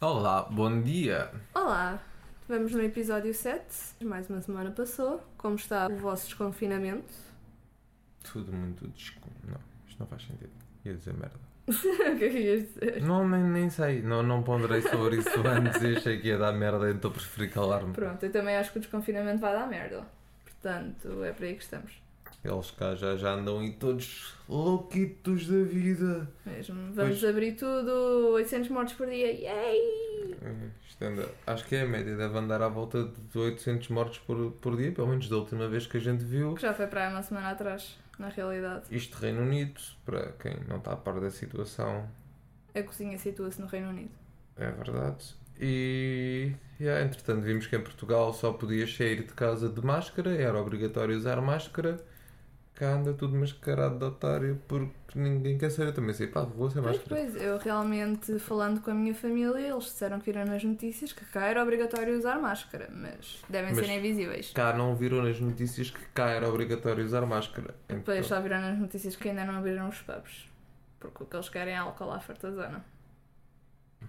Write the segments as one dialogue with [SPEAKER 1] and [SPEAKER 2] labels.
[SPEAKER 1] Olá, bom dia.
[SPEAKER 2] Olá! Vamos no episódio 7. Mais uma semana passou. Como está o vosso desconfinamento?
[SPEAKER 1] Tudo muito desco... Não, isto não faz sentido. Ia dizer merda.
[SPEAKER 2] o que é que ias dizer?
[SPEAKER 1] Não, nem, nem sei. Não, não ponderei sobre isso antes e achei que ia dar merda, então preferi calar-me.
[SPEAKER 2] Pronto, eu também acho que o desconfinamento vai dar merda. Portanto, é por aí que estamos.
[SPEAKER 1] Eles cá já, já andam e todos louquitos da vida.
[SPEAKER 2] Mesmo. Vamos abrir tudo, 800 mortes por dia. Yay!
[SPEAKER 1] É, isto anda- Acho que é a média. Deve andar à volta de 800 mortes por, por dia, pelo menos da última vez que a gente viu.
[SPEAKER 2] Que já foi para aí uma semana atrás, na realidade.
[SPEAKER 1] Isto Reino Unido, para quem não está a par da situação,
[SPEAKER 2] A cozinha situa-se no Reino Unido.
[SPEAKER 1] É verdade. E yeah, entretanto vimos que em Portugal só podias sair de casa de máscara, era obrigatório usar máscara. Cá anda tudo mascarado de otário porque ninguém quer saber. Eu também sei, pá, vou sem
[SPEAKER 2] Pois,
[SPEAKER 1] máscara.
[SPEAKER 2] pois, eu realmente, falando com a minha família, eles disseram que viram nas notícias que cá era obrigatório usar máscara, mas devem
[SPEAKER 1] Mas-
[SPEAKER 2] ser invisíveis.
[SPEAKER 1] Cá não viram nas notícias que cá era obrigatório usar máscara.
[SPEAKER 2] Depois
[SPEAKER 1] Então,
[SPEAKER 2] só viram nas notícias que ainda não abriram os pubs, porque o que eles querem é álcool à fartazana.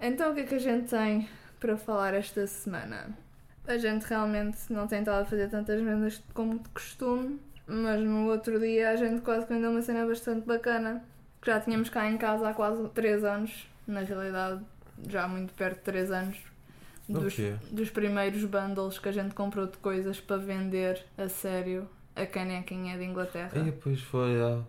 [SPEAKER 2] Então o que é que a gente tem para falar esta semana? A gente realmente não tem estado a fazer tantas vendas como de costume, mas no outro dia a gente quase que vendeu uma cena bastante bacana, que já tínhamos cá em casa há quase 3 anos, na realidade já muito perto de 3 anos,
[SPEAKER 1] O
[SPEAKER 2] dos,
[SPEAKER 1] quê?
[SPEAKER 2] dos primeiros bundles que a gente comprou de coisas para vender a sério a canequinha é de Inglaterra.
[SPEAKER 1] aí depois foi ah,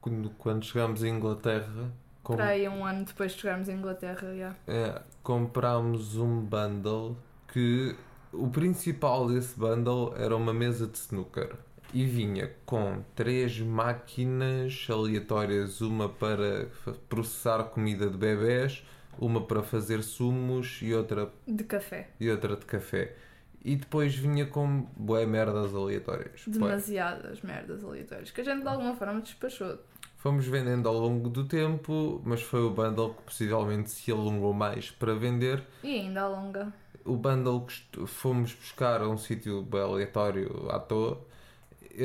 [SPEAKER 1] quando, quando chegámos à Inglaterra. com-
[SPEAKER 2] Para aí um ano depois de chegarmos à Inglaterra, já.
[SPEAKER 1] É, comprámos um bundle que o principal desse bundle era uma mesa de snooker e vinha com três máquinas aleatórias, uma para fa- processar comida de bebés, uma para fazer sumos e outra
[SPEAKER 2] de café.
[SPEAKER 1] e outra de café. E depois vinha com bué merdas aleatórias. Bué.
[SPEAKER 2] Demasiadas merdas aleatórias que a gente de alguma forma despachou.
[SPEAKER 1] Fomos vendendo ao longo do tempo, mas foi o bundle que possivelmente se alongou mais para vender.
[SPEAKER 2] E ainda alonga.
[SPEAKER 1] O bundle que estu- fomos buscar a um sítio bem aleatório à toa,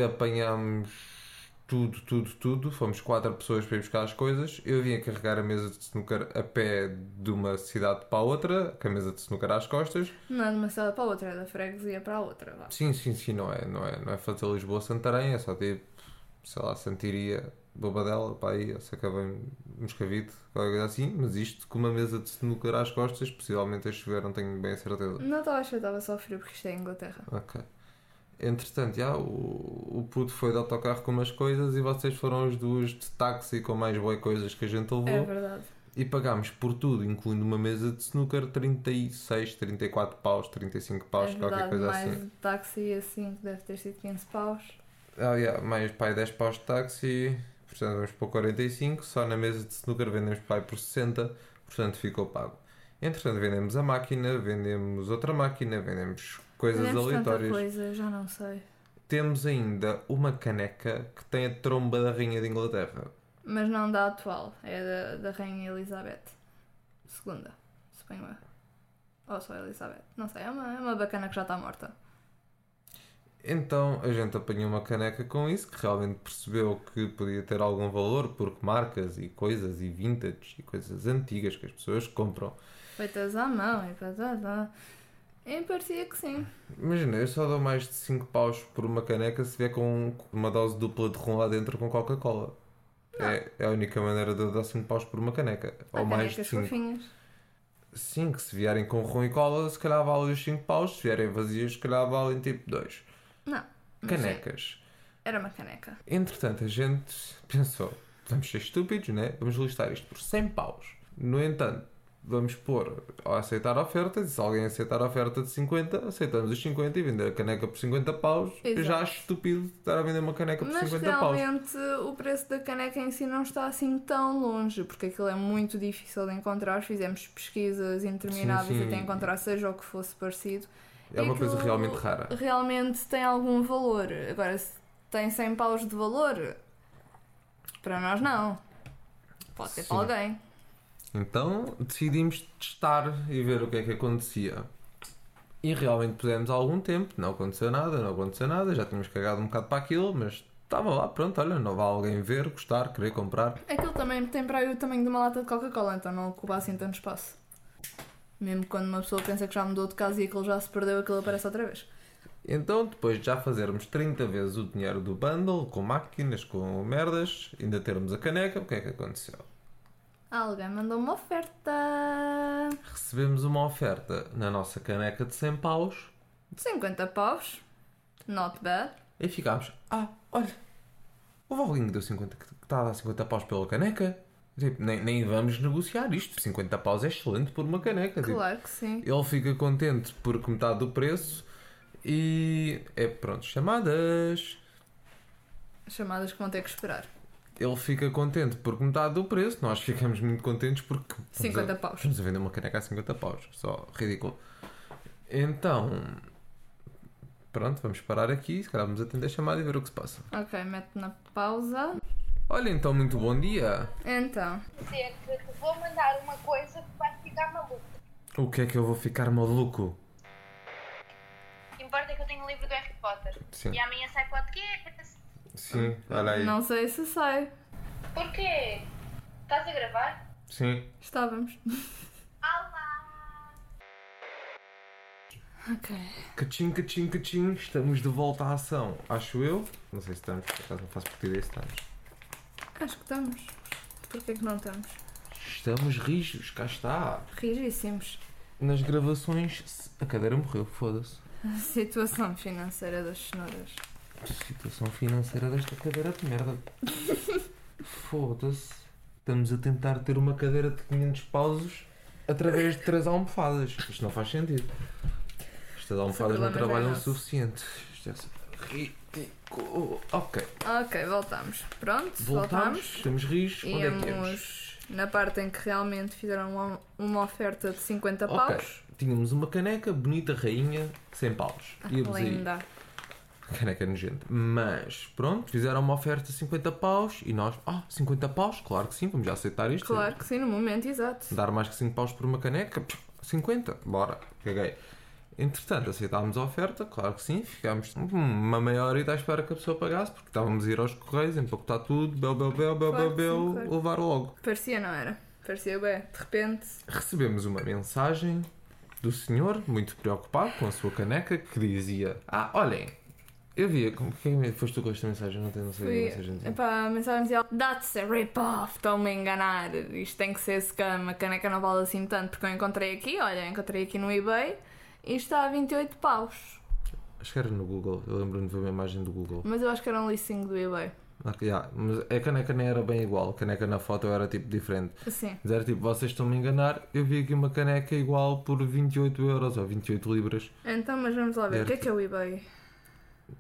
[SPEAKER 1] apanhámos tudo, tudo, tudo. Fomos quatro pessoas para ir buscar as coisas. Eu vim a carregar a mesa de snooker a pé de uma cidade para a outra, com a mesa de snooker às costas.
[SPEAKER 2] Não é de uma cidade para a outra, é da freguesia para a outra. Vá.
[SPEAKER 1] Sim, sim, sim, não é, não é, não é fazer Lisboa-Santarém, é só tipo, sei lá, Santiria, Bobadela, para aí, ou Sacavém, Moscavide, é qualquer coisa assim. Mas isto com uma mesa de snooker às costas, possivelmente a chover, não tenho bem a certeza.
[SPEAKER 2] Não estava a achar, estava só frio porque isto é Inglaterra.
[SPEAKER 1] Ok. Entretanto, já, o, o puto foi de autocarro com umas coisas e vocês foram as duas de táxi com mais boas coisas que a gente levou.
[SPEAKER 2] É verdade.
[SPEAKER 1] E pagámos por tudo, incluindo uma mesa de snooker, 36, 34 paus, 35 paus,
[SPEAKER 2] é
[SPEAKER 1] qualquer
[SPEAKER 2] verdade,
[SPEAKER 1] coisa
[SPEAKER 2] mais
[SPEAKER 1] assim.
[SPEAKER 2] de táxi assim, que deve ter sido 15 paus.
[SPEAKER 1] Ah, yeah, mais pai 10 paus de táxi, portanto vamos por 45, só na mesa de snooker vendemos pai por 60, portanto ficou pago. Entretanto, vendemos a máquina, vendemos outra máquina, vendemos coisas
[SPEAKER 2] Tivemos tanta
[SPEAKER 1] aleatórias.
[SPEAKER 2] coisa, já não sei.
[SPEAKER 1] Temos ainda uma caneca que tem a tromba da Rainha de Inglaterra.
[SPEAKER 2] Mas não da atual, é da, da Rainha Elizabeth II, suponho eu. Ou só Elizabeth, não sei, é uma, é uma bacana que já está morta.
[SPEAKER 1] Então a gente apanhou uma caneca com isso, que realmente percebeu que podia ter algum valor, porque marcas e coisas e vintage e coisas antigas que as pessoas compram.
[SPEAKER 2] Feitas à mão e pá, tá, tá. E parecia que sim.
[SPEAKER 1] Imagina, eu só dou mais de 5 paus por uma caneca se vier com com uma dose dupla de rum lá dentro com Coca-Cola. É, é a única maneira de eu dar 5 paus por uma caneca.
[SPEAKER 2] Há
[SPEAKER 1] ou mais de
[SPEAKER 2] canecas
[SPEAKER 1] 5.
[SPEAKER 2] fofinhas.
[SPEAKER 1] Sim, que se vierem com rum e cola, se calhar valem os 5 paus, se vierem vazias, se calhar valem tipo 2.
[SPEAKER 2] Não. mas sim,
[SPEAKER 1] Canecas.
[SPEAKER 2] Era uma caneca.
[SPEAKER 1] Entretanto, a gente pensou, vamos ser estúpidos, né? Vamos listar isto por 100 paus. No entanto, vamos pôr a aceitar ofertas, e se alguém aceitar a oferta de 50, aceitamos os 50 e vender a caneca por 50 paus. Eu já
[SPEAKER 2] Exato.
[SPEAKER 1] acho estúpido estar a vender uma caneca por
[SPEAKER 2] Mas
[SPEAKER 1] 50 paus.
[SPEAKER 2] realmente o preço da caneca em si não está assim tão longe, porque aquilo é muito difícil de encontrar. Fizemos pesquisas intermináveis
[SPEAKER 1] Sim, sim.
[SPEAKER 2] até encontrar seja o que fosse parecido.
[SPEAKER 1] É uma coisa
[SPEAKER 2] Aquilo
[SPEAKER 1] realmente rara.
[SPEAKER 2] Realmente tem algum valor. Agora, se tem 100 paus de valor, para nós não. Pode ser para
[SPEAKER 1] Sim.
[SPEAKER 2] alguém.
[SPEAKER 1] Então decidimos testar e ver o que é que acontecia. E realmente pusemos algum tempo, não aconteceu nada, não aconteceu nada, já tínhamos cagado um bocado para aquilo, mas estava lá, pronto, olha, não vai alguém ver, gostar, querer comprar.
[SPEAKER 2] É Aquilo também tem para aí o tamanho de uma lata de Coca-Cola, então não ocupa assim tanto espaço. Mesmo quando uma pessoa pensa que já mudou de casa e aquilo já se perdeu, aquilo aparece outra vez.
[SPEAKER 1] Então, depois de já fazermos 30 vezes o dinheiro do bundle, com máquinas, com merdas, ainda termos a caneca, o que é que aconteceu?
[SPEAKER 2] Alguém mandou uma oferta.
[SPEAKER 1] Recebemos uma oferta na nossa caneca de 100 paus
[SPEAKER 2] 50 paus. Not bad.
[SPEAKER 1] e ficámos, ah, olha, houve alguém que deu 50, que está a dar 50 paus pela caneca? Tipo, nem, nem vamos negociar isto, 50 paus é excelente por uma caneca. tipo,
[SPEAKER 2] Claro que sim.
[SPEAKER 1] Ele fica contente porque metade do preço e é pronto, chamadas.
[SPEAKER 2] Chamadas que vão ter que esperar.
[SPEAKER 1] Ele fica contente porque metade do preço, nós ficamos muito contentes porque estamos a-
[SPEAKER 2] 50 paus.
[SPEAKER 1] estamos a vender uma caneca a 50 paus, só ridículo. Então, pronto, vamos parar aqui, se calhar vamos atender a chamada e ver o que se passa.
[SPEAKER 2] Ok, mete na pausa.
[SPEAKER 1] Olha, então, muito bom dia.
[SPEAKER 2] Então,
[SPEAKER 3] dizer que te vou mandar uma coisa que vai ficar maluco.
[SPEAKER 1] O que é que eu vou ficar maluco?
[SPEAKER 3] O que importa é que eu tenho o livro do Harry Potter.
[SPEAKER 1] Sim,
[SPEAKER 3] E amanhã sai podcast.
[SPEAKER 1] sim, olha aí.
[SPEAKER 2] não sei se sai.
[SPEAKER 3] Porquê? Estás a gravar?
[SPEAKER 1] Sim.
[SPEAKER 2] Estávamos.
[SPEAKER 3] Olá!
[SPEAKER 2] Ok.
[SPEAKER 1] Cachim, cachim, cachim, estamos de volta à ação. Acho eu. Não sei se estamos, por acaso não faço por se estamos.
[SPEAKER 2] Acho que estamos. Porquê que não estamos?
[SPEAKER 1] Estamos rijos, cá está.
[SPEAKER 2] Rigíssimos.
[SPEAKER 1] Nas gravações, se- a cadeira morreu, foda-se.
[SPEAKER 2] A situação financeira das cenouras.
[SPEAKER 1] Situação financeira desta cadeira é de merda. foda-se. Estamos a tentar ter uma cadeira de 500 pausos através de três almofadas. Isto não faz sentido. Estas almofadas não
[SPEAKER 2] problema é
[SPEAKER 1] trabalham o
[SPEAKER 2] nosso.
[SPEAKER 1] suficiente. Isto é ridículo. Ok,
[SPEAKER 2] Ok, voltamos.
[SPEAKER 1] voltamos.
[SPEAKER 2] Pronto, voltamos.
[SPEAKER 1] Estamos rijos. Onde é que temos?
[SPEAKER 2] Íamos na parte em que realmente fizeram uma, uma oferta de 50
[SPEAKER 1] Ok.
[SPEAKER 2] paus.
[SPEAKER 1] Tínhamos uma caneca bonita, rainha, sem paus.
[SPEAKER 2] Ah,
[SPEAKER 1] Íamos aí.
[SPEAKER 2] Linda.
[SPEAKER 1] Caneca nojenta. Mas, pronto, fizeram uma oferta de 50 paus e nós, ah, 50 paus? Claro que sim, vamos já aceitar isto.
[SPEAKER 2] Claro que sim, no momento, exato.
[SPEAKER 1] Dar mais que 5 paus por uma caneca? Pff, 50, bora, caguei. Entretanto, aceitámos a oferta, claro que sim, ficámos hum, uma meia hora e à espera que a pessoa pagasse, porque estávamos a ir aos correios, empacotar tudo, bel, bel, bel, bel, bel,
[SPEAKER 2] Claro que
[SPEAKER 1] bel,
[SPEAKER 2] sim, claro.
[SPEAKER 1] levar logo.
[SPEAKER 2] Parecia, não era? Parecia bem. De repente,
[SPEAKER 1] Recebemos uma mensagem do senhor, muito preocupado com a sua caneca, que dizia: Ah, olhem, eu via, como que é que foste tu com esta mensagem? Não, tenho, não sei a
[SPEAKER 2] Fui,
[SPEAKER 1] mensagem. dizia.
[SPEAKER 2] epá, a mensagem dizia That's a rip-off, estão-me a enganar Isto tem que ser scam, a caneca não vale assim tanto Porque eu encontrei aqui, olha, encontrei aqui no Ebay E está a 28 paus
[SPEAKER 1] Acho que era no Google, eu lembro-me de ver uma imagem do Google.
[SPEAKER 2] Mas eu acho que era um listing do Ebay
[SPEAKER 1] Ok, yeah, mas a caneca nem era bem igual, a caneca na foto era tipo diferente.
[SPEAKER 2] Sim,
[SPEAKER 1] Mas era tipo, vocês estão-me a enganar, eu vi aqui uma caneca igual por 28 euros ou 28 libras.
[SPEAKER 2] então mas vamos lá ver O que é que é o Ebay?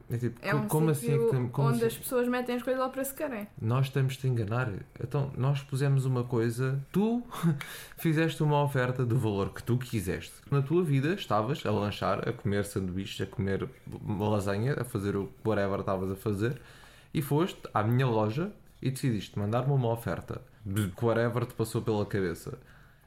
[SPEAKER 1] É tipo,
[SPEAKER 2] É
[SPEAKER 1] co-
[SPEAKER 2] um
[SPEAKER 1] como assim? é
[SPEAKER 2] sítio
[SPEAKER 1] que tam- como
[SPEAKER 2] onde
[SPEAKER 1] assim-
[SPEAKER 2] as pessoas metem as coisas ao preço que querem
[SPEAKER 1] Nós estamos-te a enganar. Então, nós pusemos uma coisa, tu fizeste uma oferta do valor que tu quiseste. Na tua vida estavas a lanchar, a comer sanduíches, a comer uma lasanha, a fazer o whatever estavas a fazer, e foste à minha loja e decidiste mandar-me uma oferta. De que Whatever te passou pela cabeça.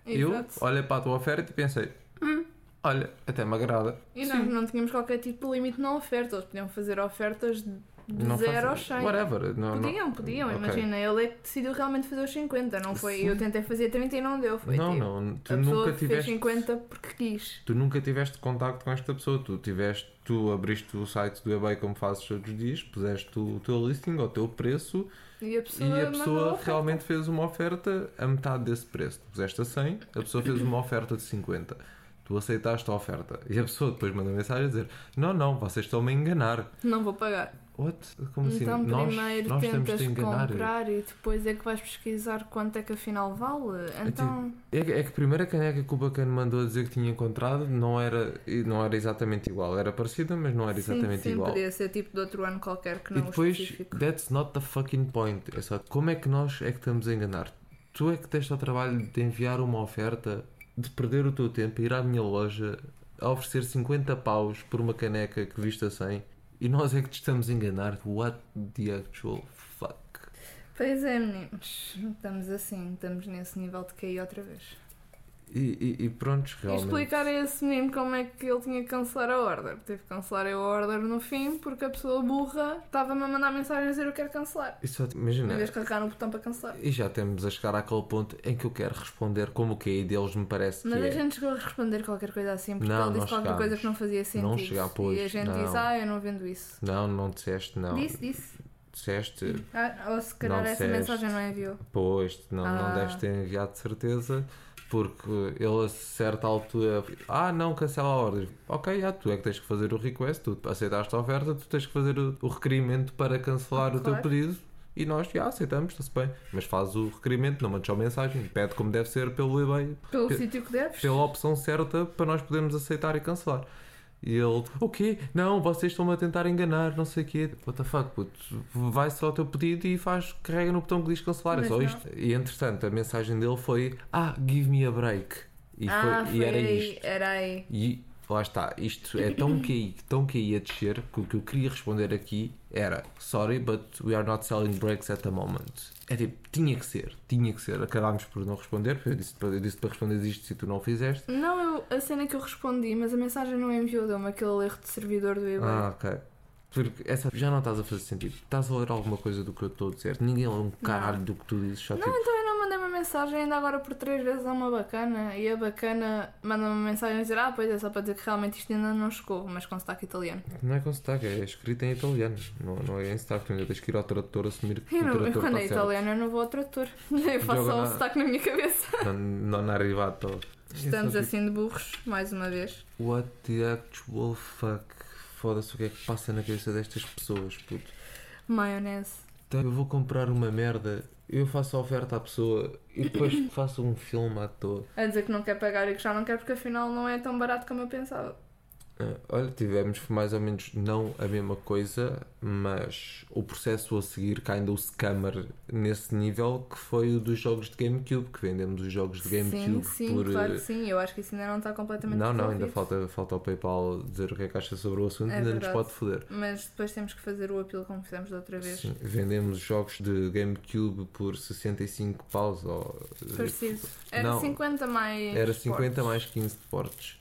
[SPEAKER 2] Exato.
[SPEAKER 1] Eu olhei para a tua oferta e pensei: "Hum, olha, até me agrada.
[SPEAKER 2] E nós não tínhamos qualquer tipo de limite na oferta Eles podiam fazer ofertas de
[SPEAKER 1] Não
[SPEAKER 2] 0 aos
[SPEAKER 1] faz-
[SPEAKER 2] 100
[SPEAKER 1] Whatever. Não, não-
[SPEAKER 2] Podiam, podiam,
[SPEAKER 1] Ok.
[SPEAKER 2] imagina, ele é que decidiu realmente fazer os 50, não foi?
[SPEAKER 1] Sim.
[SPEAKER 2] Eu tentei fazer 30 e não deu, foi
[SPEAKER 1] Não,
[SPEAKER 2] tipo,
[SPEAKER 1] não, tu
[SPEAKER 2] a pessoa
[SPEAKER 1] nunca
[SPEAKER 2] fez
[SPEAKER 1] tiveste.
[SPEAKER 2] 50 porque quis.
[SPEAKER 1] tu nunca tiveste contacto com esta pessoa, tu tiveste, tu abriste o site do eBay como fazes todos os dias, puseste o, teu listing ou o teu preço
[SPEAKER 2] E a pessoa,
[SPEAKER 1] e a
[SPEAKER 2] mandou
[SPEAKER 1] pessoa
[SPEAKER 2] oferta.
[SPEAKER 1] realmente fez uma oferta a metade desse preço. Tu puseste a 100, a pessoa fez uma oferta de 50. Tu aceitaste a oferta e a pessoa depois manda mensagem a dizer: Não, não, vocês estão-me a enganar.
[SPEAKER 2] não vou pagar.
[SPEAKER 1] What? Como
[SPEAKER 2] então
[SPEAKER 1] assim? Nós,
[SPEAKER 2] primeiro
[SPEAKER 1] nós estamos
[SPEAKER 2] tentas
[SPEAKER 1] a enganar.
[SPEAKER 2] comprar e depois é que vais pesquisar quanto é que afinal vale. Então,
[SPEAKER 1] É, que- é que a primeira caneca que o bacana mandou a dizer que tinha encontrado não era, e não era exatamente igual. Era parecida, mas não era exatamente
[SPEAKER 2] sim, sim,
[SPEAKER 1] igual.
[SPEAKER 2] podia ser tipo de outro ano qualquer que
[SPEAKER 1] E
[SPEAKER 2] não
[SPEAKER 1] depois,
[SPEAKER 2] o específico.
[SPEAKER 1] that's not the fucking point. É só como é que nós é que estamos a enganar? Tu é que tens o trabalho de enviar uma oferta, de perder o teu tempo, ir à minha loja, a oferecer 50 paus por uma caneca que viste a 100 e nós é que te estamos a enganar. What the actual fuck?
[SPEAKER 2] Pois é, meninos, estamos assim, estamos nesse nível de cair outra vez.
[SPEAKER 1] E, e, e pronto,
[SPEAKER 2] E
[SPEAKER 1] realmente.
[SPEAKER 2] explicar a esse menino como é que ele tinha que cancelar a order. Tive que cancelar eu a order no fim porque a pessoa burra estava-me a mandar mensagem a dizer eu quero cancelar.
[SPEAKER 1] Isso,
[SPEAKER 2] Em
[SPEAKER 1] imagina.
[SPEAKER 2] vez de clicar no botão para cancelar.
[SPEAKER 1] E já temos a chegar àquele ponto em que eu quero responder como o QI deles me parece
[SPEAKER 2] Mas
[SPEAKER 1] que
[SPEAKER 2] a
[SPEAKER 1] é.
[SPEAKER 2] gente chegou a responder qualquer coisa assim, porque
[SPEAKER 1] Não,
[SPEAKER 2] ele
[SPEAKER 1] não
[SPEAKER 2] disse qualquer coisa
[SPEAKER 1] chegámos.
[SPEAKER 2] que não fazia sentido.
[SPEAKER 1] Não chegámos, pois,
[SPEAKER 2] E a gente
[SPEAKER 1] não.
[SPEAKER 2] disse, ah, eu não vendo isso.
[SPEAKER 1] Não, não disseste, não.
[SPEAKER 2] Disse, disse.
[SPEAKER 1] Disseste,
[SPEAKER 2] Ah, ou se calhar
[SPEAKER 1] Não
[SPEAKER 2] essa
[SPEAKER 1] disseste.
[SPEAKER 2] mensagem não enviou.
[SPEAKER 1] pois, não,
[SPEAKER 2] Ah.
[SPEAKER 1] não deves ter enviado de certeza, porque ele a certa altura. Ah, não, cancela a ordem. Ok, já, tu é que tens que fazer o request, tu aceitaste a oferta, tu tens que fazer o, o requerimento para cancelar o teu
[SPEAKER 2] Claro.
[SPEAKER 1] pedido. E nós já aceitamos, está-se bem. Mas faz o requerimento, não mandes só mensagem, pede como deve ser pelo e-mail.
[SPEAKER 2] Pelo
[SPEAKER 1] Pe-
[SPEAKER 2] sítio que deves.
[SPEAKER 1] pela opção certa para nós podermos aceitar e cancelar. E ele, o quê? Não, vocês estão-me a tentar enganar, não sei o quê. What the fuck, puto. Vai só ao teu pedido e faz, carrega no botão que diz cancelar, é
[SPEAKER 2] Mas
[SPEAKER 1] só
[SPEAKER 2] não.
[SPEAKER 1] isto. E entretanto, a mensagem dele foi, ah, give me a break. E,
[SPEAKER 2] ah,
[SPEAKER 1] foi- e era
[SPEAKER 2] aí,
[SPEAKER 1] isto.
[SPEAKER 2] era aí.
[SPEAKER 1] E lá está, isto é tão que tão que a descer que o que eu queria responder aqui era Sorry, but we are not selling breaks at the moment. É tipo, tinha que ser, tinha que ser. Acabámos por não responder, porque eu disse, eu disse para responder isto e tu não o fizeste.
[SPEAKER 2] Não, eu, a cena que eu respondi, mas a mensagem não é enviou, deu-me aquele erro de servidor do eBay.
[SPEAKER 1] Ah, ok. Porque essa já não estás a fazer sentido. Estás a ler alguma coisa do que eu estou a dizer. Ninguém lê um caralho do que tu dizes, só tipo.
[SPEAKER 2] Não, então eu não mandei uma mensagem ainda agora por três vezes a uma bacana e a bacana manda me uma mensagem a dizer ah, pois é, só para dizer que realmente isto ainda não chegou, mas com sotaque italiano.
[SPEAKER 1] Não é com sotaque, é escrito em italiano. Não, não é em sotaque, ainda tens que ir ao tradutor assumir que
[SPEAKER 2] Eu,
[SPEAKER 1] o
[SPEAKER 2] não, eu
[SPEAKER 1] tradutor
[SPEAKER 2] quando
[SPEAKER 1] está
[SPEAKER 2] é
[SPEAKER 1] certo.
[SPEAKER 2] italiano eu não vou ao trator, eu faço
[SPEAKER 1] Joga
[SPEAKER 2] só o
[SPEAKER 1] na-
[SPEAKER 2] sotaque na minha cabeça.
[SPEAKER 1] Não, não é arrivato.
[SPEAKER 2] Estamos
[SPEAKER 1] É só tipo,
[SPEAKER 2] assim de burros, mais uma vez.
[SPEAKER 1] What the actual fuck? Foda-se o que é que passa na cabeça destas pessoas, puto.
[SPEAKER 2] Maionese.
[SPEAKER 1] Então, eu vou comprar uma merda, eu faço a oferta à pessoa e depois faço um filme à toa.
[SPEAKER 2] A dizer que não quer pagar e que já não quer porque afinal não é tão barato como eu pensava.
[SPEAKER 1] Ah, Olha, tivemos mais ou menos não a mesma coisa, mas o processo a seguir que ainda o scammer nesse nível, que foi o dos jogos de GameCube, que vendemos os jogos de
[SPEAKER 2] Sim,
[SPEAKER 1] GameCube
[SPEAKER 2] sim,
[SPEAKER 1] por.
[SPEAKER 2] claro
[SPEAKER 1] eh,
[SPEAKER 2] que sim. Eu acho que isso ainda não está completamente
[SPEAKER 1] Não, não, ainda
[SPEAKER 2] resolvido.
[SPEAKER 1] falta, falta ao PayPal dizer o que é que acha sobre o assunto,
[SPEAKER 2] É
[SPEAKER 1] ainda
[SPEAKER 2] verdade.
[SPEAKER 1] nos pode foder.
[SPEAKER 2] Mas depois temos que fazer o apelo como fizemos da outra vez.
[SPEAKER 1] Sim, vendemos jogos de GameCube por 65 paus ou. eh,
[SPEAKER 2] Parecido. Era
[SPEAKER 1] Não,
[SPEAKER 2] 50 mais.
[SPEAKER 1] Era 50
[SPEAKER 2] portos.
[SPEAKER 1] mais 15 de portes.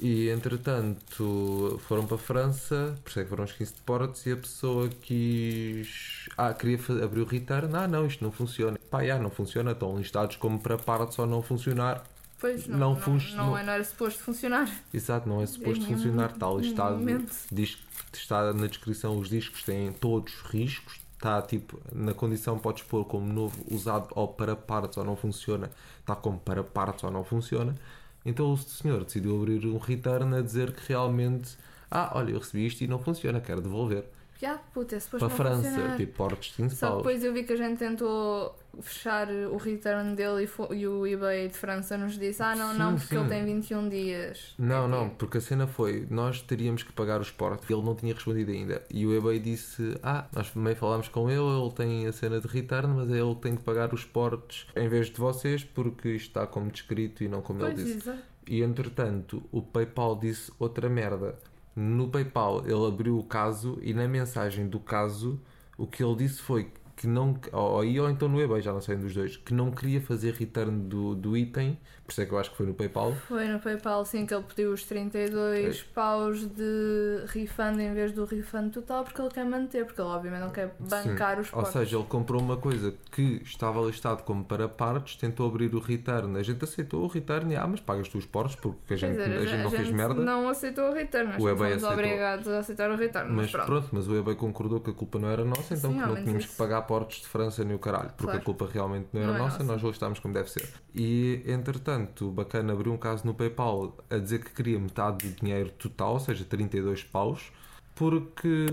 [SPEAKER 1] E entretanto foram para a França, por isso é que foram os 15 de portes, e a pessoa quis. Ah, queria fa- abrir o return. Ah, não, isto não funciona. Pá, já, não funciona. Estão listados como para parte só não funcionar.
[SPEAKER 2] Pois não.
[SPEAKER 1] Não
[SPEAKER 2] Não, não,
[SPEAKER 1] func- não-
[SPEAKER 2] é- não era suposto funcionar.
[SPEAKER 1] Exato, não é suposto
[SPEAKER 2] Em nenhum-
[SPEAKER 1] funcionar. Está
[SPEAKER 2] em nenhum
[SPEAKER 1] listado.
[SPEAKER 2] um momento.
[SPEAKER 1] Diz que está na descrição, os discos têm todos riscos. Está tipo, na condição podes pôr como novo, usado ou para partes ou não funciona. Está como para partes ou não funciona. Então o senhor decidiu abrir um return a dizer que realmente, ah, olha, eu recebi isto e não funciona, quero devolver.
[SPEAKER 2] Já, puta, é suposto
[SPEAKER 1] para a
[SPEAKER 2] não
[SPEAKER 1] França,
[SPEAKER 2] funcionar.
[SPEAKER 1] tipo, portos 15
[SPEAKER 2] Só que
[SPEAKER 1] paus.
[SPEAKER 2] depois eu vi que a gente tentou fechar o return dele e, fo- e o eBay de França nos disse: Ah, não,
[SPEAKER 1] Sim,
[SPEAKER 2] não, porque
[SPEAKER 1] sim. Hum.
[SPEAKER 2] ele tem 21 dias.
[SPEAKER 1] Não,
[SPEAKER 2] É
[SPEAKER 1] não,
[SPEAKER 2] tipo,
[SPEAKER 1] porque a cena foi, nós teríamos que pagar os portos. Ele não tinha respondido ainda. E o eBay disse: Ah, nós também falámos com ele, ele tem a cena de return, mas é ele que tem que pagar os portos em vez de vocês, porque isto está como descrito e não como
[SPEAKER 2] Pois,
[SPEAKER 1] ele disse.
[SPEAKER 2] exato.
[SPEAKER 1] E entretanto, o PayPal disse outra merda. No PayPal, ele abriu o caso e na mensagem do caso, o que ele disse foi que não. Ou, aí, ou então no eBay, já não sei um dos dois, que não queria fazer return do, do item, por isso é que eu acho que foi no PayPal.
[SPEAKER 2] Foi no PayPal sim que ele pediu os 32 paus de refund em vez do refund total, porque ele quer manter, porque ele obviamente não quer bancar os
[SPEAKER 1] Ou
[SPEAKER 2] portos.
[SPEAKER 1] seja, ele comprou uma coisa que estava listado como para partes, tentou abrir o return, a gente aceitou o return e ah, mas pagas tu os portos porque a gente,
[SPEAKER 2] Quer dizer,
[SPEAKER 1] a gente não fez merda.
[SPEAKER 2] não aceitou o return, nós
[SPEAKER 1] O eBay
[SPEAKER 2] fomos
[SPEAKER 1] aceitou.
[SPEAKER 2] obrigados a aceitar o return.
[SPEAKER 1] Mas
[SPEAKER 2] Mas,
[SPEAKER 1] pronto.
[SPEAKER 2] pronto.
[SPEAKER 1] mas o eBay concordou que a culpa não era nossa, então
[SPEAKER 2] Sim,
[SPEAKER 1] que
[SPEAKER 2] ao
[SPEAKER 1] não
[SPEAKER 2] menos
[SPEAKER 1] tínhamos
[SPEAKER 2] isso.
[SPEAKER 1] que pagar portos de França nem o caralho, porque
[SPEAKER 2] Claro.
[SPEAKER 1] a culpa realmente não era
[SPEAKER 2] Não é
[SPEAKER 1] nossa,
[SPEAKER 2] nossa.
[SPEAKER 1] nós listámos como deve ser. E entretanto, o bacana abriu um caso no PayPal a dizer que queria metade do dinheiro total, ou seja, 32 paus. Porque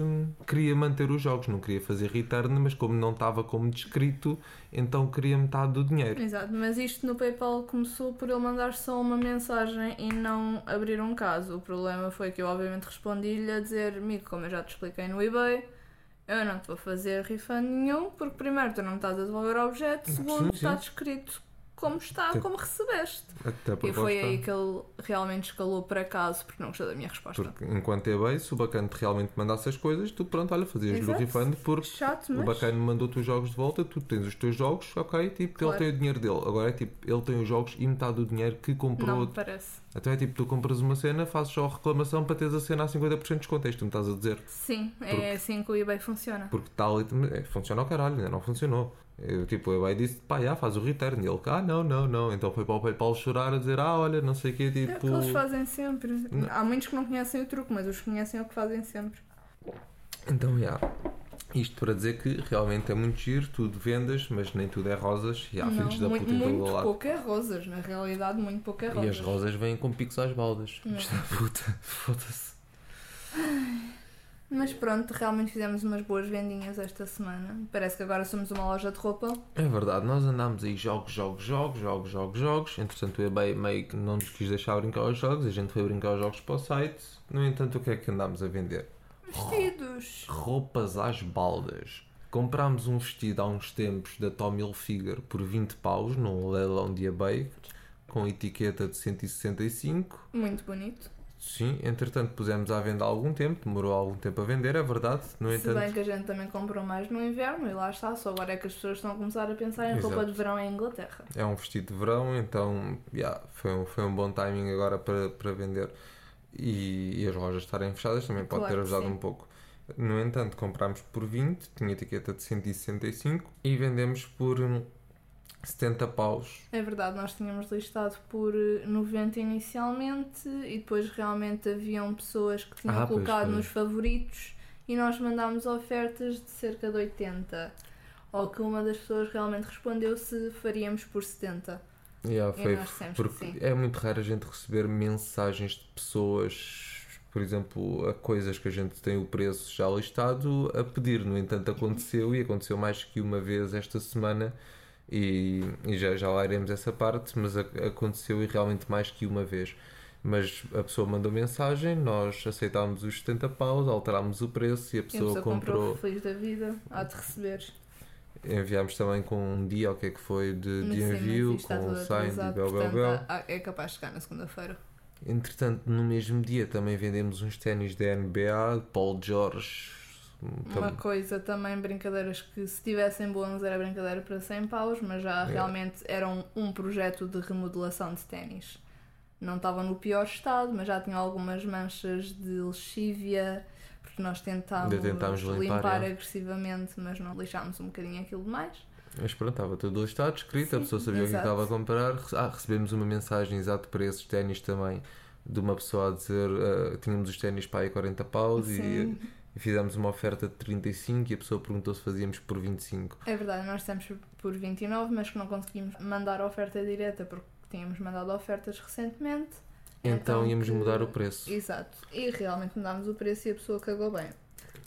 [SPEAKER 1] queria manter os jogos, não queria fazer return, mas como não estava como descrito, então queria metade do dinheiro.
[SPEAKER 2] Exato, mas isto no PayPal começou por ele mandar só uma mensagem e não abrir um caso. O problema foi que eu, obviamente, respondi-lhe a dizer: Amigo, como eu já te expliquei no eBay, eu não te vou fazer refund nenhum, porque primeiro tu não me estás a devolver o objeto, segundo
[SPEAKER 1] sim.
[SPEAKER 2] está descrito como está,
[SPEAKER 1] Sim.
[SPEAKER 2] como recebeste.
[SPEAKER 1] Até
[SPEAKER 2] E
[SPEAKER 1] porque
[SPEAKER 2] foi
[SPEAKER 1] lá
[SPEAKER 2] aí
[SPEAKER 1] está.
[SPEAKER 2] que ele realmente escalou para acaso porque não gostou da minha resposta.
[SPEAKER 1] Porque enquanto é bem, se o bacana te realmente mandasse as coisas, tu pronto, olha, fazias-lhe o
[SPEAKER 2] Exato.
[SPEAKER 1] refund porque
[SPEAKER 2] Chato,
[SPEAKER 1] o
[SPEAKER 2] mas.
[SPEAKER 1] bacana mandou-te os jogos de volta, tu tens os teus jogos, ok, tipo,
[SPEAKER 2] Claro.
[SPEAKER 1] ele tem o dinheiro dele. Agora é tipo, ele tem os jogos e metade do dinheiro que comprou.
[SPEAKER 2] Não me parece.
[SPEAKER 1] Então é tipo, tu compras uma cena, fazes só a reclamação para teres a cena a 50% de desconto, é isto que me estás a dizer.
[SPEAKER 2] Sim,
[SPEAKER 1] Porque-
[SPEAKER 2] é assim que o eBay funciona.
[SPEAKER 1] Porque tal e é, funciona ao caralho, ainda não funcionou. Eu, tipo, eu aí disse, pá, já, faz o return. E ele, ah, não, não, não. Então foi para o PayPal chorar a dizer, ah, olha, não sei o quê,
[SPEAKER 2] É o
[SPEAKER 1] tipo.
[SPEAKER 2] que eles fazem sempre. Há muitos que não conhecem o truque, mas os que conhecem é o que fazem sempre.
[SPEAKER 1] Então, já. Isto para dizer que realmente é muito giro, tudo vendas, mas nem tudo é rosas. E há
[SPEAKER 2] não,
[SPEAKER 1] filhos da
[SPEAKER 2] muito,
[SPEAKER 1] puta então em todo o
[SPEAKER 2] muito
[SPEAKER 1] lado.
[SPEAKER 2] pouco é rosas, na realidade, muito pouco é rosas.
[SPEAKER 1] E as rosas vêm com picos às baldas.
[SPEAKER 2] Não.
[SPEAKER 1] Filhos da puta, foda-se.
[SPEAKER 2] Mas pronto, realmente fizemos umas boas vendinhas esta semana. Parece que agora somos uma loja de roupa.
[SPEAKER 1] É verdade, nós andámos aí jogos, jogos, jogos, jogos, jogos, jogos. Entretanto, o eBay meio que não nos quis deixar brincar aos jogos, a gente foi brincar aos jogos para o site. No entanto, o que é que andámos a vender?
[SPEAKER 2] Vestidos!
[SPEAKER 1] roupas às baldas. Comprámos um vestido há uns tempos da Tommy Hilfiger por 20 paus num leilão de eBay com etiqueta de 165.
[SPEAKER 2] Muito bonito.
[SPEAKER 1] Sim, entretanto pusemos à venda há algum tempo, demorou algum tempo a vender, é verdade. No
[SPEAKER 2] Se bem
[SPEAKER 1] entanto,
[SPEAKER 2] que a gente também comprou mais no inverno e lá está, só agora é que as pessoas estão a começar a pensar em roupa
[SPEAKER 1] Exato.
[SPEAKER 2] de verão em Inglaterra.
[SPEAKER 1] é um vestido de verão, então yeah, foi, um, foi um bom timing agora para, para vender. E, e as lojas estarem fechadas também pode
[SPEAKER 2] Claro
[SPEAKER 1] ter
[SPEAKER 2] que
[SPEAKER 1] ajudado
[SPEAKER 2] sim.
[SPEAKER 1] um pouco. No entanto, comprámos por 20, tinha etiqueta de 165 e vendemos por hum, 70 paus
[SPEAKER 2] É verdade, nós tínhamos listado por eh, 90 inicialmente e depois realmente haviam pessoas que tinham
[SPEAKER 1] Ah, pois
[SPEAKER 2] colocado
[SPEAKER 1] foi.
[SPEAKER 2] nos favoritos e nós mandámos ofertas de cerca de 80. Ou que uma das pessoas realmente respondeu se faríamos por 70.
[SPEAKER 1] Yeah,
[SPEAKER 2] E
[SPEAKER 1] foi
[SPEAKER 2] nós dissemos que
[SPEAKER 1] porque
[SPEAKER 2] sim.
[SPEAKER 1] é muito raro a gente receber mensagens de pessoas, por exemplo, a coisas que a gente tem o preço já listado a pedir. No
[SPEAKER 2] Uhum.
[SPEAKER 1] entanto, aconteceu e aconteceu mais que uma vez esta semana. E, e já, já lá iremos essa parte, mas a- aconteceu e realmente mais que uma vez. Mas a pessoa mandou mensagem, nós aceitámos os 70 paus, alterámos o preço e a
[SPEAKER 2] E a
[SPEAKER 1] pessoa,
[SPEAKER 2] pessoa comprou
[SPEAKER 1] comprou.
[SPEAKER 2] feliz da vida, há de receber.
[SPEAKER 1] Enviámos também com um dia, o que é que foi, de,
[SPEAKER 2] Não
[SPEAKER 1] de
[SPEAKER 2] sei, mas
[SPEAKER 1] envio,
[SPEAKER 2] isto está
[SPEAKER 1] com o
[SPEAKER 2] tudo
[SPEAKER 1] sign e
[SPEAKER 2] atualizado,
[SPEAKER 1] bel, bel,
[SPEAKER 2] portanto,
[SPEAKER 1] bel.
[SPEAKER 2] há- É capaz de chegar na segunda-feira.
[SPEAKER 1] Entretanto, no mesmo dia também vendemos uns ténis da NBA, Paul George. então,
[SPEAKER 2] Uma
[SPEAKER 1] tam-
[SPEAKER 2] coisa também, brincadeiras que se tivessem bons era brincadeira para 100 paus, mas já
[SPEAKER 1] Yeah.
[SPEAKER 2] realmente eram um projeto de remodelação de ténis. Não estavam no pior estado, mas já tinham algumas manchas de lexívia, porque nós tentámos,
[SPEAKER 1] Ainda tentámos limpar, é.
[SPEAKER 2] limpar
[SPEAKER 1] yeah.
[SPEAKER 2] agressivamente, mas não lixámos um bocadinho aquilo demais.
[SPEAKER 1] Mas pronto, estava tudo estado escrito, a
[SPEAKER 2] Sim,
[SPEAKER 1] pessoa sabia o que
[SPEAKER 2] exato.
[SPEAKER 1] estava a comprar. Re- Ah, recebemos uma mensagem exato para esses ténis também, de uma pessoa a dizer: ah, tínhamos os ténis para aí 40 paus e,
[SPEAKER 2] Sim,
[SPEAKER 1] e fizemos uma oferta de 35 e a pessoa perguntou se fazíamos por 25.
[SPEAKER 2] é verdade, nós temos por 29, mas que não conseguimos mandar oferta direta porque tínhamos mandado ofertas recentemente.
[SPEAKER 1] Então, íamos
[SPEAKER 2] que-
[SPEAKER 1] mudar o preço.
[SPEAKER 2] Exato. E realmente mudámos o preço e a pessoa cagou bem.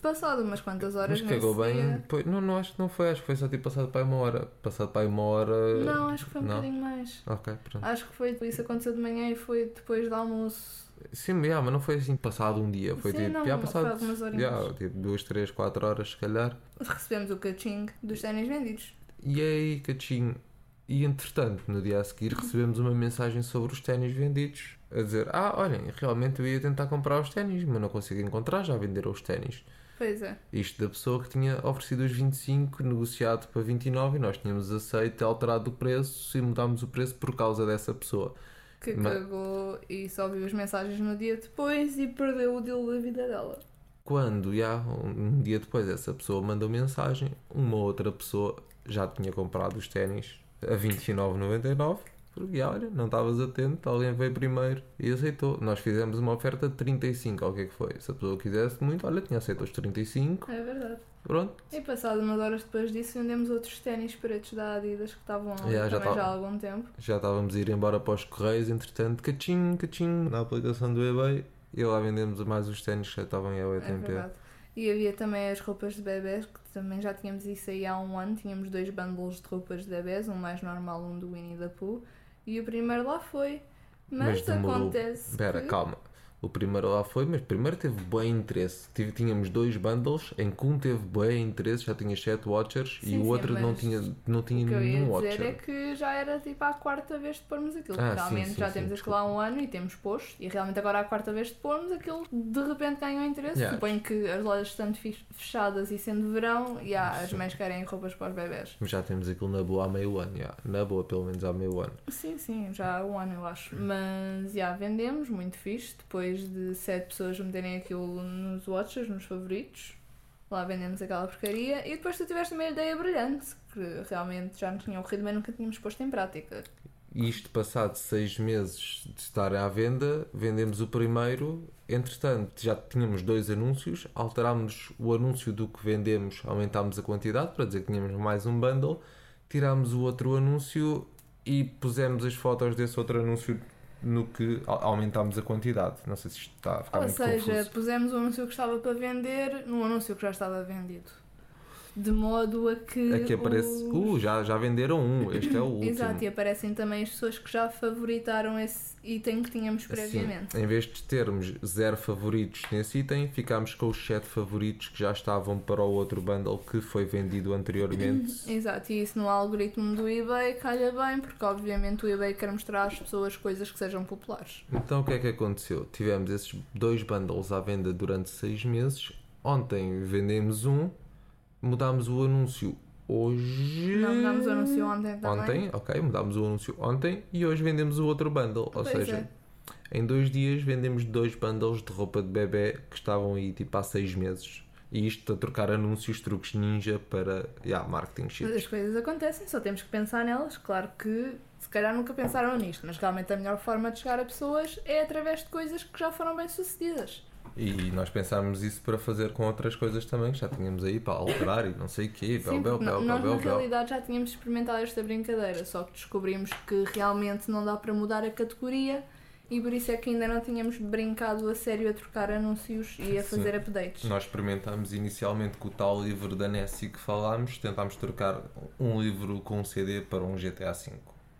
[SPEAKER 2] Passado umas quantas horas
[SPEAKER 1] Mas cagou
[SPEAKER 2] nesse
[SPEAKER 1] bem.
[SPEAKER 2] dia-
[SPEAKER 1] Pois, não, não, acho que não foi, acho que foi só tipo passado para aí uma hora. Passado para aí uma hora.
[SPEAKER 2] Não, acho que foi um
[SPEAKER 1] eh, não.
[SPEAKER 2] bocadinho mais.
[SPEAKER 1] Ok, pronto.
[SPEAKER 2] Acho que foi isso aconteceu de manhã e foi depois do almoço.
[SPEAKER 1] Sim, yeah, mas não foi assim passado um dia, foi
[SPEAKER 2] Sim,
[SPEAKER 1] tipo,
[SPEAKER 2] não,
[SPEAKER 1] yeah,
[SPEAKER 2] foi
[SPEAKER 1] passado
[SPEAKER 2] algumas horinhas.
[SPEAKER 1] yeah, tipo, duas, três, quatro horas se calhar.
[SPEAKER 2] Recebemos o caching dos ténis vendidos.
[SPEAKER 1] E é aí, cachinho. E entretanto, no dia a
[SPEAKER 2] Uhum.
[SPEAKER 1] seguir, recebemos uma mensagem sobre os ténis vendidos. A dizer, ah, olhem, realmente eu ia tentar comprar os ténis, mas não consigo encontrar, já venderam os ténis.
[SPEAKER 2] Pois é.
[SPEAKER 1] Isto da pessoa que tinha oferecido os 25, negociado para 29 e nós tínhamos aceito, alterado o preço e mudámos o preço por causa dessa pessoa.
[SPEAKER 2] Que
[SPEAKER 1] Ma-
[SPEAKER 2] cagou e só viu as mensagens no dia depois e perdeu o deal da vida dela.
[SPEAKER 1] Quando, já, um dia depois, essa pessoa mandou mensagem, uma outra pessoa já tinha comprado os ténis a 29,99, porque, já, olha, não estavas atento, alguém veio primeiro e aceitou. Nós fizemos uma oferta de 35, ou o que é que foi? Se a pessoa quisesse muito, olha, tinha aceito os 35,
[SPEAKER 2] É verdade.
[SPEAKER 1] pronto.
[SPEAKER 2] E passado umas horas depois disso vendemos outros ténis pretos da Adidas que estavam ali
[SPEAKER 1] Yeah, já tá
[SPEAKER 2] também
[SPEAKER 1] tava-
[SPEAKER 2] já há algum tempo.
[SPEAKER 1] Já estávamos a ir embora para os correios, entretanto, cachim, cachim, na aplicação do eBay, e lá vendemos mais os ténis que já estavam em eBay
[SPEAKER 2] É
[SPEAKER 1] tempo.
[SPEAKER 2] verdade. E havia também as roupas de bebés, que também já tínhamos isso aí há um ano. Tínhamos dois bundles de roupas de bebés, um mais normal, um do Winnie the Pooh. E o primeiro lá foi. Mas,
[SPEAKER 1] demorou.
[SPEAKER 2] acontece.
[SPEAKER 1] Espera,
[SPEAKER 2] que...
[SPEAKER 1] calma. O primeiro lá foi, mas primeiro teve bem interesse. Tive- tínhamos dois bundles em que um teve bem interesse, já tinha 7 watchers
[SPEAKER 2] Sim,
[SPEAKER 1] e o
[SPEAKER 2] sim,
[SPEAKER 1] outro não
[SPEAKER 2] mas
[SPEAKER 1] tinha, não tinha
[SPEAKER 2] O que eu ia
[SPEAKER 1] nenhum
[SPEAKER 2] dizer
[SPEAKER 1] watcher.
[SPEAKER 2] é que já era tipo a quarta vez de pormos aquilo.
[SPEAKER 1] Ah,
[SPEAKER 2] porque
[SPEAKER 1] sim,
[SPEAKER 2] realmente
[SPEAKER 1] sim,
[SPEAKER 2] já
[SPEAKER 1] sim,
[SPEAKER 2] temos aquilo
[SPEAKER 1] desculpa.
[SPEAKER 2] há um ano e temos posto. E realmente agora a quarta vez de pormos aquilo de repente ganhou interesse.
[SPEAKER 1] Yeah.
[SPEAKER 2] Suponho que as lojas estando fi- fechadas e sendo verão, e há, as
[SPEAKER 1] Sim.
[SPEAKER 2] mães querem roupas para os bebés.
[SPEAKER 1] Mas já temos aquilo na boa há meio ano, já. na boa pelo menos há meio ano.
[SPEAKER 2] Sim, sim, já há um ano eu acho. Mas já vendemos, muito fixe. Depois de sete pessoas meterem aquilo nos watchers, nos favoritos, lá vendemos aquela porcaria. E depois tu tiveste uma ideia brilhante, que realmente já nos tinham corrido, mas nunca tínhamos posto em prática.
[SPEAKER 1] E isto passado seis meses de estar à venda, vendemos o primeiro. Entretanto, já tínhamos dois anúncios, alterámos o anúncio do que vendemos, aumentámos a quantidade para dizer que tínhamos mais um bundle, tirámos o outro anúncio e pusemos as fotos desse outro anúncio no que au- aumentámos a quantidade. Não sei se isto está a ficar
[SPEAKER 2] Ou
[SPEAKER 1] muito
[SPEAKER 2] seja,
[SPEAKER 1] confuso.
[SPEAKER 2] pusemos um anúncio que estava para vender num anúncio que já estava vendido. De modo a que.
[SPEAKER 1] Aqui aparece,
[SPEAKER 2] os-
[SPEAKER 1] uh, já, já venderam um, este é o último.
[SPEAKER 2] Exato, e aparecem também as pessoas que já favoritaram esse item que tínhamos previamente.
[SPEAKER 1] Assim, em vez de termos zero favoritos nesse item, ficámos com os sete favoritos que já estavam para o outro bundle que foi vendido anteriormente.
[SPEAKER 2] Exato, e isso no algoritmo do eBay calha bem, porque obviamente o eBay quer mostrar às pessoas coisas que sejam populares.
[SPEAKER 1] Então o que é que aconteceu? Tivemos esses dois bundles à venda durante seis meses. Ontem vendemos um, mudámos o anúncio hoje.
[SPEAKER 2] Não mudámos o anúncio ontem também.
[SPEAKER 1] Hum, Ontem, ok, mudámos o anúncio ontem e hoje vendemos o outro bundle. Ou
[SPEAKER 2] Pois é.
[SPEAKER 1] seja, em dois dias vendemos dois bundles de roupa de bebê que estavam aí tipo há seis meses. E isto a trocar anúncios, truques ninja para yeah, marketing
[SPEAKER 2] Mas
[SPEAKER 1] shit.
[SPEAKER 2] as coisas acontecem, só temos que pensar nelas. Claro que se calhar nunca pensaram nisto, mas realmente a melhor forma de chegar a pessoas é através de coisas que já foram bem sucedidas.
[SPEAKER 1] E nós pensámos isso para fazer com outras coisas também que já tínhamos aí para alterar e não sei o quê. Bel,
[SPEAKER 2] Sim,
[SPEAKER 1] bel,
[SPEAKER 2] porque
[SPEAKER 1] bel,
[SPEAKER 2] no-
[SPEAKER 1] bel,
[SPEAKER 2] nós na
[SPEAKER 1] bel, bel.
[SPEAKER 2] realidade já tínhamos experimentado esta brincadeira, só que descobrimos que realmente não dá para mudar a categoria e por isso é que ainda não tínhamos brincado a sério a trocar anúncios e a
[SPEAKER 1] Sim.
[SPEAKER 2] fazer updates.
[SPEAKER 1] Nós experimentámos inicialmente com o tal livro da Nessie que falámos, tentámos trocar um livro com um CD para um GTA V.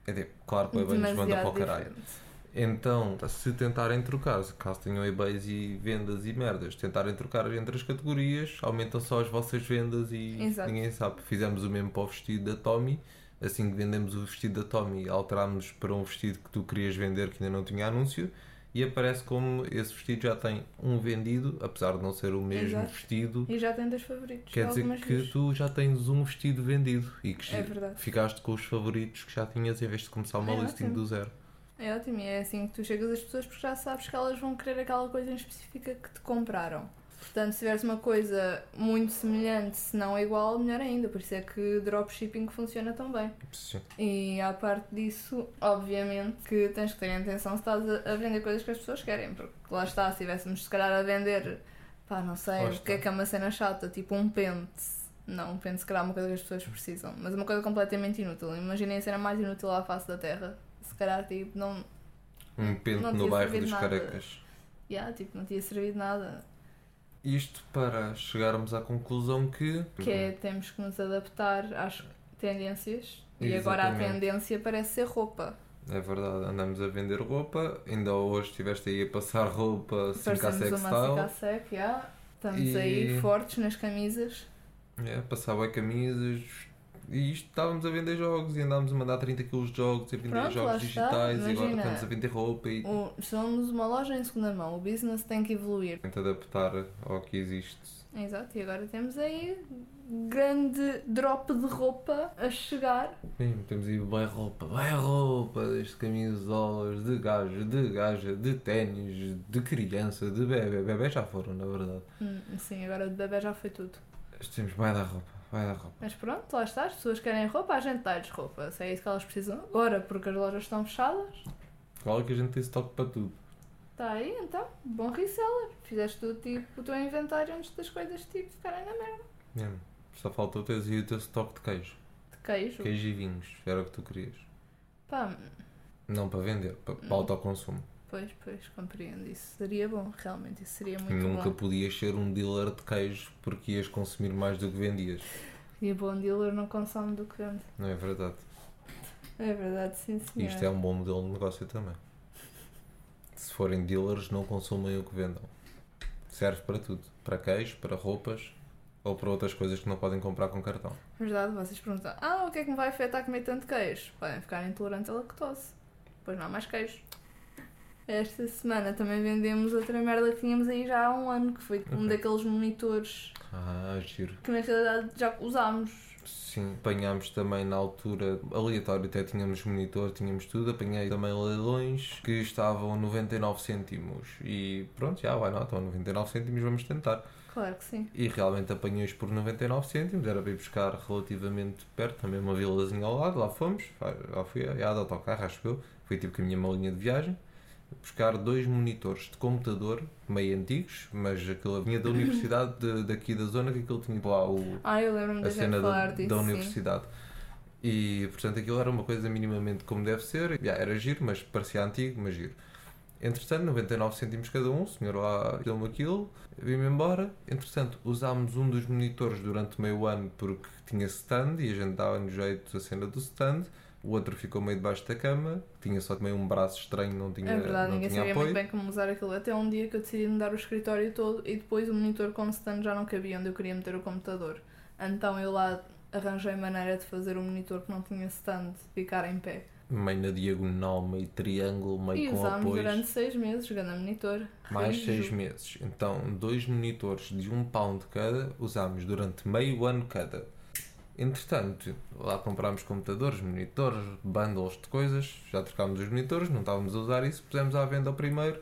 [SPEAKER 1] É tipo, claro que o eBay nos manda para o caralho.
[SPEAKER 2] diferente.
[SPEAKER 1] Então, se tentarem trocar, se caso tenham eBays e vendas e merdas, tentarem trocar entre as categorias, aumentam só as vossas vendas e
[SPEAKER 2] Exato.
[SPEAKER 1] ninguém sabe. Fizemos o mesmo para o vestido da Tommy, assim que vendemos o vestido da Tommy, alterámos para um vestido que tu querias vender que ainda não tinha anúncio e aparece como esse vestido já tem um vendido, apesar de não ser o mesmo
[SPEAKER 2] Exato.
[SPEAKER 1] vestido.
[SPEAKER 2] E já tem dois favoritos.
[SPEAKER 1] Quer dizer
[SPEAKER 2] algumas
[SPEAKER 1] que
[SPEAKER 2] vezes.
[SPEAKER 1] tu já tens um vestido vendido e que
[SPEAKER 2] É verdade.
[SPEAKER 1] ficaste com os favoritos que já tinhas em vez de começar uma
[SPEAKER 2] É
[SPEAKER 1] listing
[SPEAKER 2] ótimo.
[SPEAKER 1] do zero.
[SPEAKER 2] É ótimo, e é assim que tu chegas às pessoas porque já sabes que elas vão querer aquela coisa em específica que te compraram. Portanto, se tiveres uma coisa muito semelhante, se não é igual, melhor ainda. Por isso é que dropshipping funciona tão bem.
[SPEAKER 1] Sim.
[SPEAKER 2] E à parte disso, obviamente que tens que ter atenção se estás a a vender coisas que as pessoas querem, porque lá está, se estivéssemos se calhar a vender, pá, não sei,
[SPEAKER 1] Lá
[SPEAKER 2] o que é
[SPEAKER 1] está.
[SPEAKER 2] que é uma cena chata, tipo um pente. Não, um pente se calhar é uma coisa que as pessoas precisam, mas uma coisa completamente inútil. Imaginem a cena mais inútil à face da Terra. Se calhar, tipo, não.
[SPEAKER 1] Um pente
[SPEAKER 2] Não
[SPEAKER 1] no
[SPEAKER 2] tinha
[SPEAKER 1] bairro dos
[SPEAKER 2] servido nada.
[SPEAKER 1] Carecas.
[SPEAKER 2] Yeah, tipo, não tinha servido de nada.
[SPEAKER 1] Isto para chegarmos à conclusão que.
[SPEAKER 2] Que é, temos que nos adaptar às tendências. E agora a
[SPEAKER 1] Exatamente. é É,
[SPEAKER 2] Um Hum,
[SPEAKER 1] um é um
[SPEAKER 2] é tá então, tipo,
[SPEAKER 1] Se forem dealers, não consumem o que vendam. Serve para tudo. Para queijo, para roupas ou para outras coisas que não podem comprar com cartão.
[SPEAKER 2] Na verdade, vocês perguntam: Ah, o que é que me vai afetar comer tanto queijo? Podem ficar intolerantes à lactose. Depois não há mais queijo. Esta semana também vendemos outra merda que tínhamos aí já há um ano, que foi um
[SPEAKER 1] Ok.
[SPEAKER 2] daqueles monitores
[SPEAKER 1] Ah, giro.
[SPEAKER 2] que na realidade já usámos.
[SPEAKER 1] Sim, apanhámos também na altura, aleatório, até tínhamos monitor, tínhamos tudo. Apanhei também leilões que estavam 99 cêntimos. E pronto, já vai, não, estão a 99 cêntimos, vamos tentar.
[SPEAKER 2] Claro que sim.
[SPEAKER 1] E realmente apanhei-os por 99 cêntimos. Era para ir buscar relativamente perto, também uma vilazinha ao lado. Lá fomos, lá fui, já de autocarro, acho eu. Foi tipo com a minha malinha de viagem. Buscar dois monitores de computador, meio antigos, mas aquilo vinha da universidade de- daqui da zona, que aquilo tinha lá o
[SPEAKER 2] Ah, eu lembro-me
[SPEAKER 1] a
[SPEAKER 2] da gente
[SPEAKER 1] cena da,
[SPEAKER 2] falar disso.
[SPEAKER 1] da
[SPEAKER 2] sim.
[SPEAKER 1] universidade. E portanto aquilo era uma coisa minimamente como deve ser. Já, era giro, mas parecia antigo, mas giro. Entretanto, 99 cêntimos cada um, o senhor lá deu-me aquilo, vim-me embora. Entretanto, usámos um dos monitores durante meio ano porque tinha stand e a gente dava-lhe jeito a cena do stand. O outro ficou meio debaixo da cama, tinha só meio um braço estranho, não tinha,
[SPEAKER 2] É verdade,
[SPEAKER 1] não
[SPEAKER 2] ninguém
[SPEAKER 1] tinha
[SPEAKER 2] sabia
[SPEAKER 1] apoio.
[SPEAKER 2] muito bem como usar aquilo. Até um dia que eu decidi mudar o escritório todo e depois o monitor com stand já não cabia onde eu queria meter o computador. Então eu lá arranjei maneira de fazer o monitor que não tinha stand ficar em pé.
[SPEAKER 1] Meio na diagonal, meio triângulo, meio
[SPEAKER 2] e
[SPEAKER 1] com
[SPEAKER 2] usámos
[SPEAKER 1] apoio.
[SPEAKER 2] durante seis meses, ganhando monitor.
[SPEAKER 1] Mais
[SPEAKER 2] Rijo.
[SPEAKER 1] seis meses. Então, dois monitores de um pound cada usámos durante meio ano cada. Entretanto, lá comprámos computadores, monitores, bundles de coisas, já trocámos os monitores, não estávamos a usar isso, pusemos à venda ao primeiro,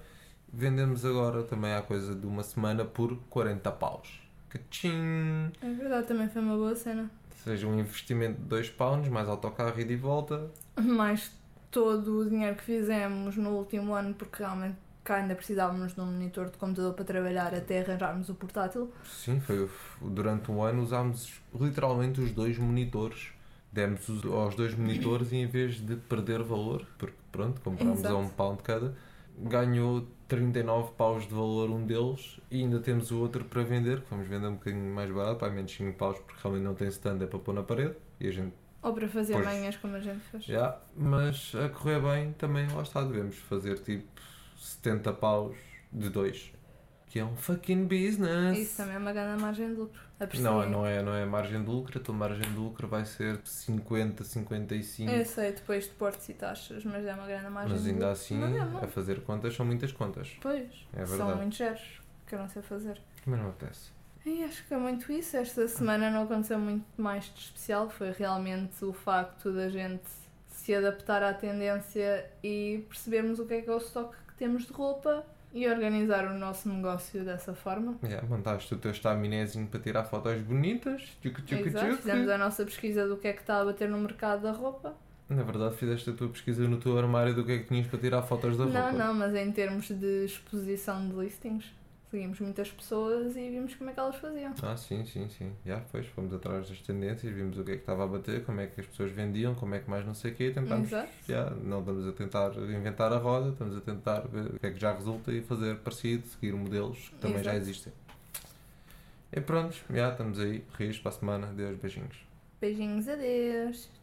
[SPEAKER 1] vendemos agora também há coisa de uma semana por 40 paus. Cachim!
[SPEAKER 2] É verdade, também foi uma boa cena.
[SPEAKER 1] Ou seja, um investimento de 2 pounds, mais autocarro e de volta.
[SPEAKER 2] Mais todo o dinheiro que fizemos no último ano, porque realmente cá ainda precisávamos de um monitor de computador para trabalhar até arranjarmos o portátil.
[SPEAKER 1] Sim, foi durante um ano usámos literalmente os dois monitores. Demos os- aos dois monitores e em vez de perder valor, porque pronto, comprámos a
[SPEAKER 2] Exato.
[SPEAKER 1] um pound cada, ganhou 39 paus de valor um deles e ainda temos o outro para vender, que vamos vender um bocadinho mais barato, para menos 5 paus, porque realmente não tem stand, é para pôr na parede e a gente
[SPEAKER 2] Ou para fazer
[SPEAKER 1] Pois.
[SPEAKER 2] manhãs como a gente fez.
[SPEAKER 1] já. Mas a correr bem também, lá está, devemos fazer tipo 70 paus de dois, que é um fucking business.
[SPEAKER 2] Isso também é uma grande margem de lucro.
[SPEAKER 1] Não,
[SPEAKER 2] Aprecio.
[SPEAKER 1] não é, não é margem de lucro, a tua margem de lucro vai ser 50, 55,
[SPEAKER 2] Eu sei, depois de portos e taxas, mas é uma grande É, margem
[SPEAKER 1] é mas
[SPEAKER 2] de
[SPEAKER 1] ainda
[SPEAKER 2] lucro.
[SPEAKER 1] assim,
[SPEAKER 2] Não é mal.
[SPEAKER 1] a fazer contas são muitas contas.
[SPEAKER 2] Pois,
[SPEAKER 1] É
[SPEAKER 2] são
[SPEAKER 1] verdade.
[SPEAKER 2] muitos zeros que eu não sei fazer.
[SPEAKER 1] Mas não acontece.
[SPEAKER 2] E acho que é muito isso. Esta semana não aconteceu muito mais de especial. Foi realmente o facto da gente se adaptar à tendência e percebermos o que é que é o estoque que temos de roupa e organizar o nosso negócio dessa forma.
[SPEAKER 1] Yeah, montaste o teu estaminézinho para tirar fotos bonitas, tchuc, tchuc,
[SPEAKER 2] Exato.
[SPEAKER 1] tchuc.
[SPEAKER 2] Fizemos a nossa pesquisa do que é que está a bater no mercado da roupa.
[SPEAKER 1] Na verdade, fizeste a tua pesquisa no teu armário do que é que tinhas para tirar fotos da roupa.
[SPEAKER 2] Não, não, mas em termos de exposição de listings, seguimos muitas pessoas e vimos como é que elas faziam.
[SPEAKER 1] Ah, sim, sim, sim. Já, pois, fomos atrás das tendências, vimos o que é que estava a bater, como é que as pessoas vendiam, como é que mais não sei o quê, e tentámos.
[SPEAKER 2] Exato.
[SPEAKER 1] Já, não estamos a tentar inventar a roda, estamos a tentar ver o que é que já resulta e fazer parecido, seguir modelos que também já
[SPEAKER 2] Exato.
[SPEAKER 1] existem. E pronto, já estamos aí. Rios para a semana. Deus, beijinhos.
[SPEAKER 2] Beijinhos, adeus.